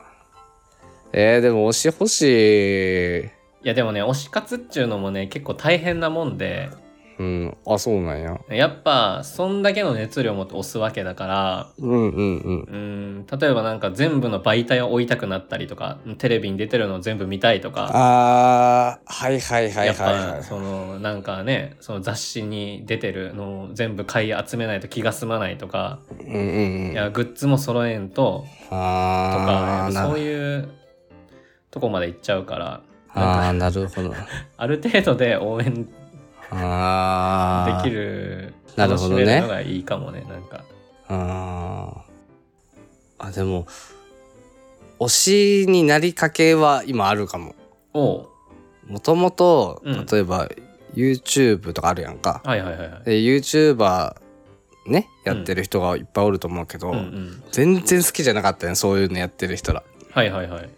S1: えー、でも推し欲しい。
S2: いやでもね推し活っちゅうのもね結構大変なもんで
S1: うん、あ、そうなんや。
S2: やっぱそんだけの熱量を持って押すわけだから
S1: うんうんうん。
S2: うん例えばなんか全部の媒体を追いたくなったりとかテレビに出てるのを全部見たいとか
S1: あー、はいはいはい
S2: や
S1: は
S2: っ
S1: い、は
S2: ぱそのなんかねその雑誌に出てるのを全部買い集めないと気が済まないとか、
S1: い。うんうん
S2: い
S1: うん。
S2: やグッズも揃えんとと
S1: あー、
S2: かやっぱそ
S1: う。
S2: ういうとこまで行っちゃうから
S1: あー、なるほど。
S2: ある程度で応援で
S1: あー。
S2: き。る
S1: なるほどね
S2: 楽しめるのがいいかもねなんか
S1: あー。あ、でも、推しになりかけは今あるかも。
S2: おう
S1: もともと、
S2: うん
S1: 例えば、YouTube とかあるやんか。
S2: はいはいはいはい
S1: で YouTuber ねやってる人がいっぱいおると思うけど、
S2: うんうん
S1: 全然好きじゃなかったねそういうのやってる人ら
S2: はいはいはい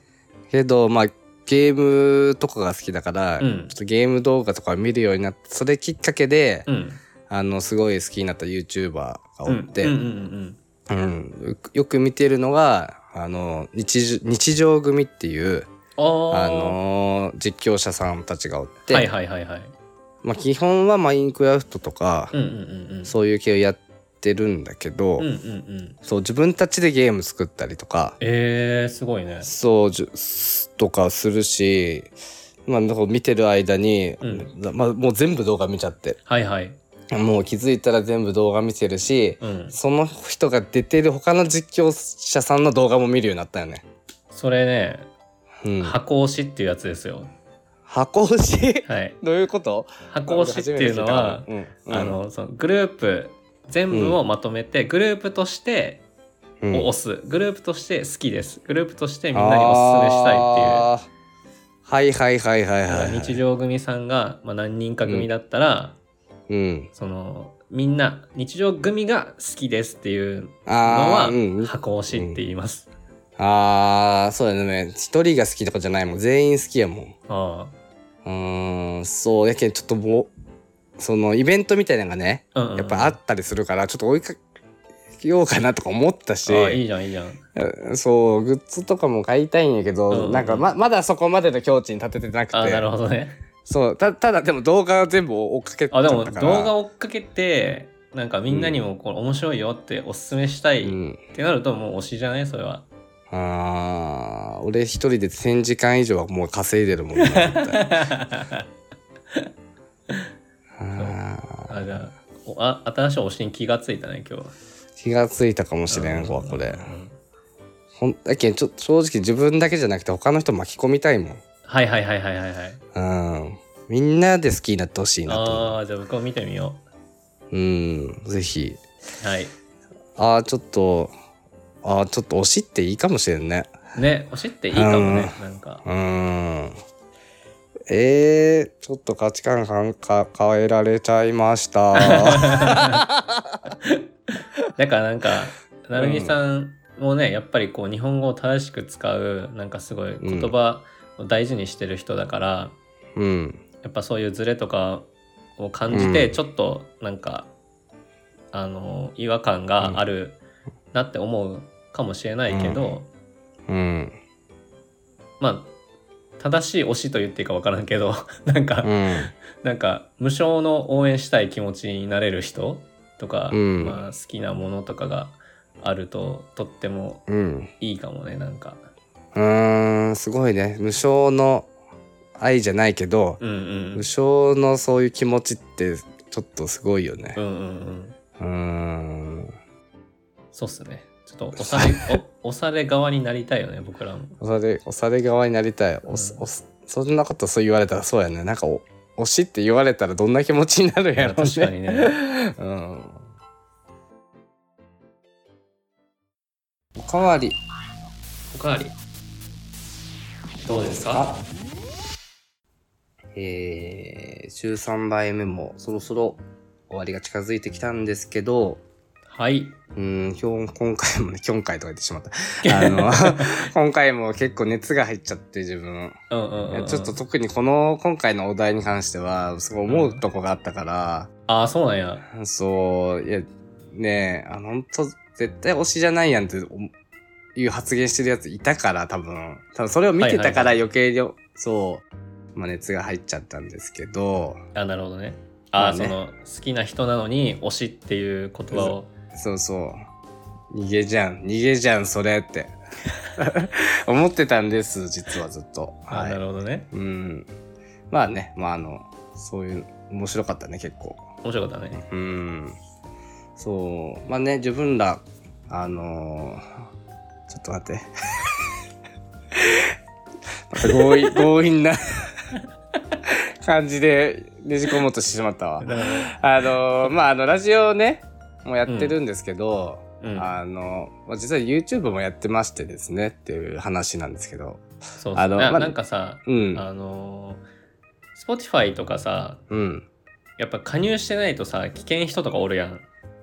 S1: けどまあゲームとかが好きだから、
S2: うん
S1: ちょっとゲーム動画とかを見るようになってそれきっかけで、
S2: うん
S1: あのすごい好きになった YouTuber がおって、
S2: う
S1: うん
S2: うんんうん
S1: よくよく見てるのがあの日常日常組っていう、
S2: うんあ
S1: あ
S2: あの
S1: の実況者さんたちがおって、
S2: はいはいはいはい
S1: まあ、基本はマインクラフトとか、
S2: うんうんうんうん
S1: そういう系をやってるんだけど、
S2: うんうんうん
S1: そう自分たちでゲーム作ったりとか
S2: えー、すごいね
S1: そうじゅすとかするし、まあ、なんか見てる間に、
S2: うん
S1: まあ、もう全部動画見ちゃって
S2: はいはい
S1: もう気づいたら全部動画見てるし、
S2: うん
S1: その人が出てる他の実況者さんの動画も見るようになったよね。
S2: それね
S1: うん、
S2: 箱押しっていうやつですよ。
S1: 箱推し [laughs]
S2: はい、
S1: どういうこと
S2: 箱押しっていうのは、
S1: うんうん
S2: あのそのグループ全部をまとめて、グループとして
S1: うん
S2: を押す、グループとして好きですグループとしてみんなにおすすめしたいっていう
S1: あーはいはいはいはい
S2: だか
S1: は
S2: ら
S1: い。
S2: 日常組さんが、まあ、何人か組だったら、
S1: うん。
S2: そのみんな日常組が好きですっていうの
S1: ああ、
S2: は
S1: うん。
S2: 箱推しって言います。
S1: ああ、そうやね。一人が好きとかじゃないもん。全員好きやもん。
S2: あ
S1: うーん、そう。やけん、ちょっともう、そのイベントみたいなのがね、
S2: あ、うんうん、
S1: やっぱあったりするから、ちょっと追いかけようかなとか思ったし、
S2: あいいじゃんいいじゃん。
S1: そう、グッズとかも買いたいんやけ
S2: うん
S1: ど、
S2: うん
S1: なんかま、まだそこまでの境地に立ててなく
S2: あなる
S1: て、
S2: ほどね。
S1: そう、たただでも動画は全部追っかけて
S2: あでも
S1: た
S2: 動
S1: から。
S2: 画追っかけてなんかみんなにもこれ面白いよっておすすめしたいっ
S1: うん。
S2: てなるともう推しじゃないそれは。
S1: ああ、俺一人で1000時間以上はもう稼いでるもんな絶対あー
S2: あじゃあおあ新しい推しに気がついたね今日は。
S1: 気がついたかもしれんわ、これ
S2: う。ん
S1: ほんだけんちょ正直自分だけじゃなくて他の人巻き込みたいもん。
S2: はいはいはいはいはいはい。
S1: うん。みんなで好きになってほしいなと。
S2: ああじゃあ僕も見てみよ
S1: うん。ぜひ。
S2: う。はい。
S1: ああ、ちょっと、ああ、ちょっと推しっていいかもしれんね。
S2: ね推しっていいかもねなんか。
S1: うん。えー、ちょっと価値観かんか変えられちゃいま
S2: [laughs]
S1: した。
S2: だからなんか、なるみさんもね、やっぱりこう日本語を正しく使う、なんかすごい言葉を大事にしてる人だから、
S1: うん。
S2: やっぱそういうズレとかを感じて、
S1: うん
S2: ちょっとなんか、あの、違和感があるなって思うかもしれないけど、
S1: うん。
S2: まあ、正しい推しと言っていいか分からんけど、 [laughs] なんか、
S1: うん。
S2: なんか無償の応援したい気持ちになれる人とか、
S1: うん
S2: まあ、好きなものとかがあるととっても
S1: うん。
S2: いいかもねなんか
S1: うーん、すごいね。無償の愛じゃないけど、
S2: うんうん
S1: 無償のそういう気持ちってちょっとすごいよね
S2: う。んうんうん
S1: うーん。
S2: そうっすねちょっ
S1: [laughs]
S2: と押されお押され側になりたいよね僕らも
S1: 押され、押され側になりたい。おす
S2: うん
S1: おすそんなことそう言われたらそうやね。なんかお、推しって言われたらどんな気持ちになるんやろうね。
S2: 確かにね
S1: うん。おかわり。
S2: おかわりどうですか
S1: えー、13杯目もそろそろ終わりが近づいてきたんですけど、
S2: はい、
S1: うん、ひょん今回もね、きょんかいとか言ってしまった。あの、今回も結構熱が入っちゃって、自分。
S2: うんうんうんうん、
S1: ちょっと特にこの、今回のお題に関しては、すごい思うとこがあったから、
S2: ああそうなんや
S1: そう、いや、ねえ、あの、ほんと、絶対推しじゃないやんって、おいう発言してるやついたから、多分。多分それを見てたから
S2: はい
S1: 余計に、そう、まあ、熱が入っちゃったんですけど、
S2: あなるほどねあ
S1: ま
S2: あ、
S1: あね
S2: その好きな人なのに推しっていう言葉を
S1: そうそう。逃げじゃん、逃げじゃん、それって。 [laughs] 思ってたんです、実はずっと。
S2: あ
S1: は。
S2: ーないるほどね
S1: うん。まあね、まああの、そういう、面白かったね、結構。
S2: 面白かったね
S1: うん。そう。まあね、自分ら、あのーちょっと待って。 [laughs] また強引、強引な [laughs] 感じでねじ込もうとしてしまった
S2: [laughs]
S1: わ。あのーまああの、ラジオね、もうやってるんですけど、
S2: うん
S1: あの、まあ実は YouTube もやってましてですねっていう話なんですけど。
S2: そうそう
S1: あの
S2: な
S1: まあ
S2: なんかさ、
S1: うん。
S2: あのー Spotify とかさ
S1: うん。
S2: やっぱ加入してないとさ危険人とかおるやん、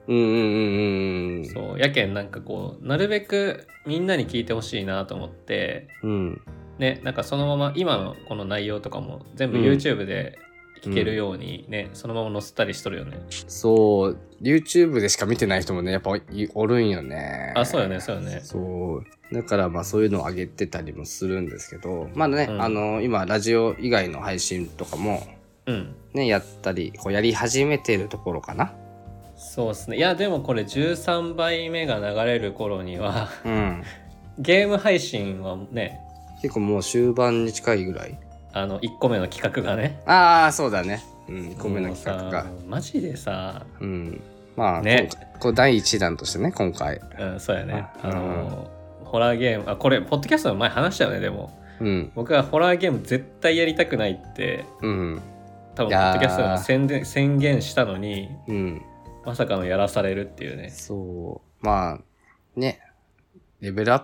S1: うんうんうんうん。
S2: そうやけんなんかこうなるべくみんなに聞いてほしいなと思って
S1: うん。
S2: ねなんかそのまま今のこの内容とかも全部
S1: うん
S2: YouTube で聞けるようにね、そのまま載せたりしとるよね、
S1: そう、YouTube でしか見てない人もね、やっぱいおるんよね。
S2: あそうよねそうよね
S1: そう。だからまあそういうのを上げてたりもするんですけど、まあね、
S2: うん
S1: あの、今ラジオ以外の配信とかも、
S2: うん
S1: ね、やったり、こうやり始めてるところかな。
S2: そうっすねいやでもこれ13倍目が流れる頃には [laughs]
S1: うん。
S2: ゲーム配信はね
S1: 結構もう終盤に近いぐらい。
S2: あの1個目の企画がね
S1: ああ、そうだね。うん、1個目の企画が
S2: も。うさマジでさ
S1: うん。まあ、
S2: ね
S1: ね、こう第一弾としてね、今回。
S2: うん、そうやね。あ
S1: あ
S2: の、ホラーゲーム、あ、これ、ポッドキャストの前話したよね、でも。
S1: うん。
S2: 僕はホラーゲーム絶対やりたくないって、
S1: うん。
S2: 多分、
S1: い
S2: ポッ
S1: やー
S2: ドキャストの宣伝宣言したのに、
S1: うん。
S2: まさかのやらされるっていうね。
S1: そう。まあ、ね、レベルアッ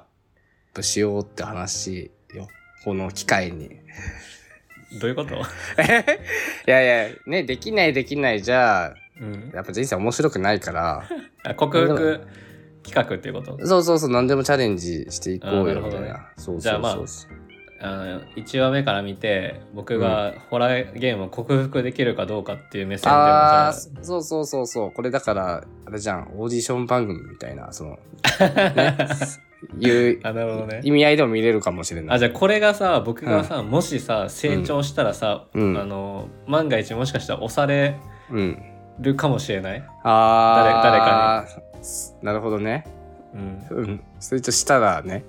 S1: プしようって話よ。この機会に。
S2: どういうこと
S1: いやいや、ね、できないできないじゃ、
S2: うん、
S1: やっぱ人生面白くないから、
S2: あ克服企画っていうこと
S1: [laughs] そうそうそう、何でもチャレンジしていこうよ、みたい
S2: あなるほどね
S1: な。そう
S2: じゃ
S1: そ
S2: あ
S1: う
S2: まあ
S1: そうそう。
S2: あの1話目から見て僕がホラーゲームを克服できるかどうかっていう目線でもじゃ
S1: あ
S2: あ
S1: あー、そうそうそうそう。これだから、あれじゃん、オーディション番組みたいな、そ [laughs] の、ね、いう
S2: あなるほどね
S1: 意味合いでも見れるかもしれな
S2: あ
S1: い。
S2: じゃあこれがさ僕がさ、もしさ成長したらさ、
S1: うん
S2: あの万が一もしかしたら押され
S1: うん。
S2: るかもしれない、
S1: あ
S2: 誰
S1: 誰
S2: 誰
S1: かに。なるほどね。
S2: うん、
S1: うん。成長したらね。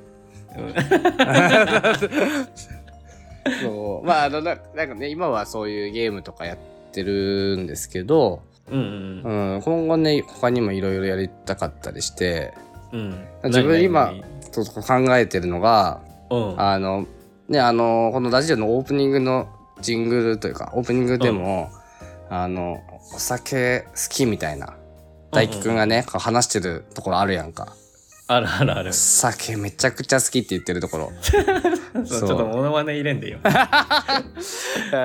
S1: そう。まあ、あの、ななんかね、今はそういうゲームとかやってるんですけど、
S2: うんう
S1: うんん、今後ね、他にもいろいろやりたかったりして、
S2: うん
S1: 自分今
S2: 何何
S1: ちょっと考えてるのが、
S2: 何うん
S1: あの、ね、あの、このラジオのオープニングのジングルというか、オープニングでも、あの、お酒好きみたいな、大輝くんがね、こう話してるところあるやんか。
S2: あるあるある
S1: お酒めちゃくちゃ好きって言ってるところ。
S2: そうち
S1: そ
S2: ょ
S1: う
S2: っとモノマネ入れんでよ
S1: [laughs] あ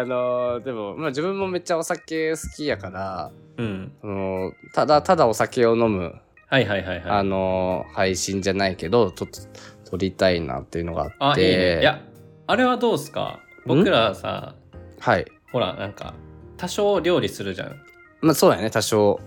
S1: の、でも、まあ自分もめっちゃお酒好きやから、
S2: うん
S1: あのただただお酒を飲む、
S2: はいはいはいは
S1: あ
S2: い
S1: の、配信じゃないけど、ちょっと撮りたいなっていうのがあっ
S2: あいい
S1: て。
S2: ねいやあれはどうすか僕らさ
S1: はい。
S2: ほらなんか多少料理するじゃん
S1: まあそうやね、多少。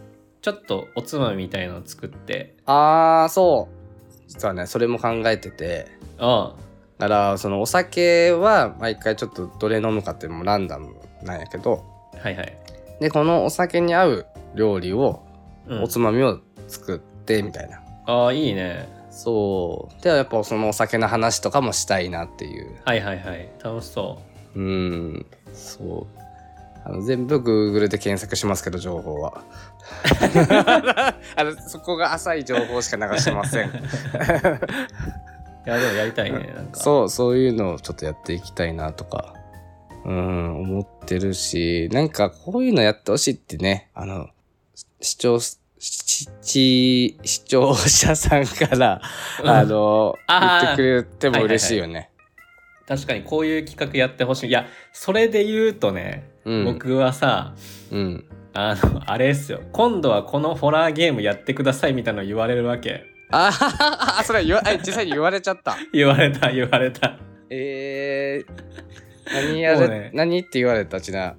S2: ちょっとおつまみみたいのを作って
S1: あー、そう。実はね、それも考えてて。
S2: あ
S1: だから、そのお酒は毎回ちょっとどれ飲むかっていうのもランダムなんやけど、
S2: あはいはい、
S1: で、このお酒に合う料理を、
S2: うん
S1: おつまみを作ってみたいな。
S2: ああいいね
S1: そう。で、やっぱそのお酒の話とかもしたいなっていう。
S2: はいはいはい楽しそ
S1: うん、そう。あの全部 Google で検索しますけど、情報は。 [laughs] あのそこが浅い情報しか流してません。
S2: ういやでもやりたいねなんか
S1: [laughs] そう、そういうのをちょっとやっていきたいなとか、うん、思ってるし、なんかこういうのやってほしいってね、あの、視聴、しし視聴者さんから、
S2: うん
S1: あの、
S2: あー
S1: 言ってくれても嬉しいよね。
S2: 確かにこういう企画やってほしいいやそれで言うとね、
S1: うん
S2: 僕はさ
S1: うん。
S2: あのあれっすよ今度はこのホラーゲームやってくださいみたいなの言われるわけ
S1: あーそれは言わ、あ実際に言われちゃった。
S2: 言われた言われた
S1: えー、何や
S2: も
S1: る、
S2: うね
S1: 何って言われたちな。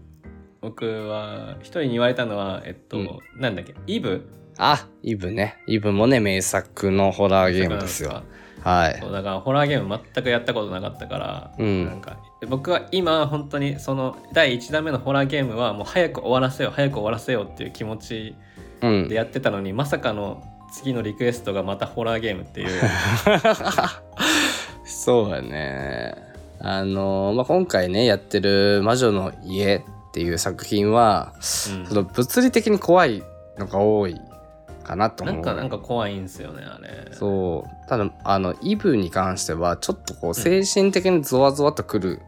S2: 僕は一人に言われたのはえっと、
S1: うん
S2: なんだっけイブ
S1: あ、イブね。イブもね、名作のホラーゲームです
S2: なん
S1: よ
S2: か。
S1: はい
S2: そ。うだからホラーゲーム全くやったことなかったから、
S1: うん
S2: なんか僕は今本当にその第1弾目のホラーゲームはもう早く終わらせよう早く終わらせようっていう気持ち
S1: うん
S2: で。やってたのにまさかの次のリクエストがまたホラーゲームっていう
S1: [laughs] そうだね。あのまあ、今回ね、やってる魔女の家っていう作品は、
S2: うん
S1: その物理的に怖いのが多いかなと
S2: な
S1: 思う。
S2: んかなんか怖いんすよねあれ
S1: そう。ただ、あの、イブに関しては、ちょっとこう、精神的にゾワゾワとくる。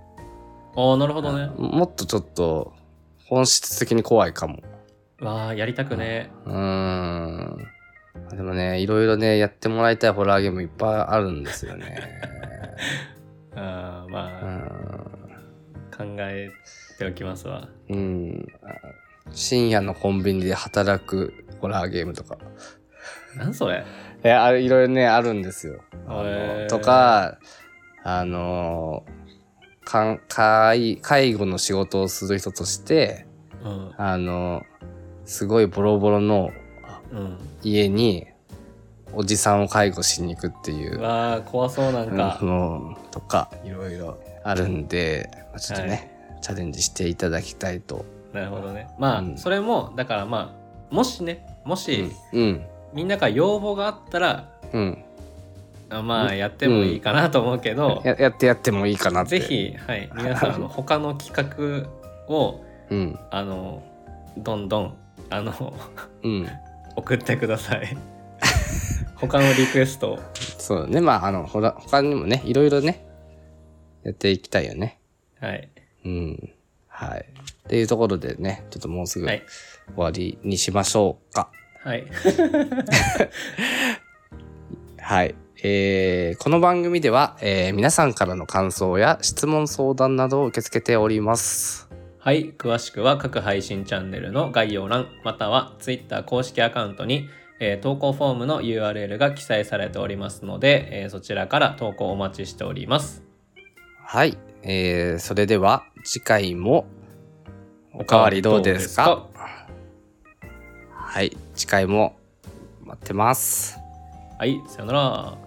S2: ああなるほどね
S1: もっとちょっと、本質的に怖いかも。
S2: わあやりたくね
S1: うーん。でもね、いろいろね、やってもらいたいホラーゲームいっぱいあるんですよね。[laughs]
S2: あー
S1: う
S2: まあ
S1: ん
S2: 考えておきますわ
S1: うん。深夜のコンビニで働くホラーゲームとか。
S2: なんそれ
S1: え、あれ、いろいろね、あるんですよ。あ
S2: へー
S1: のとか、あの、かん介介護の仕事をする人として、
S2: うん
S1: あの、すごいボロボロの
S2: うん
S1: 家に、おじさんを介護しに行くっていう。
S2: わあ怖そうなんか
S1: あのとかいろいろあるんで、まあ、ちょっとね、
S2: は
S1: チャレンジしていただきたいと。
S2: なるほどねまあ、
S1: うん
S2: それもだからまあもしねもし、
S1: うん
S2: みんなから要望があったら
S1: うん
S2: あま
S1: う
S2: あ
S1: ん
S2: やってもいいかなと思うけど、
S1: ややってやってもいいかなって。
S2: ぜ、ひ、はい、皆さ
S1: [laughs]
S2: んあの他の企画を
S1: うん
S2: あのどんどんあの [laughs]
S1: うん、
S2: 送ってください
S1: [laughs]
S2: 他のリクエストを
S1: そうだねまああのほら他にもねいろいろねやっていきたいよね。
S2: はい
S1: うんはい。っていうところでねちょっともうすぐ
S2: は
S1: 終
S2: い
S1: わりにしましょうか。
S2: はい
S1: はい。えーこの番組では、えー皆さんからの感想や質問相談などを受け付けております。
S2: はい、詳しくは各配信チャンネルの概要欄、または Twitter 公式アカウントに、えー投稿フォームの URL が記載されておりますので、えーそちらから投稿お待ちしております。
S1: はい、えーそれでは次回もおかわりどうですか
S2: どうで
S1: はい、次回も待ってます。
S2: すかはい、さよなら。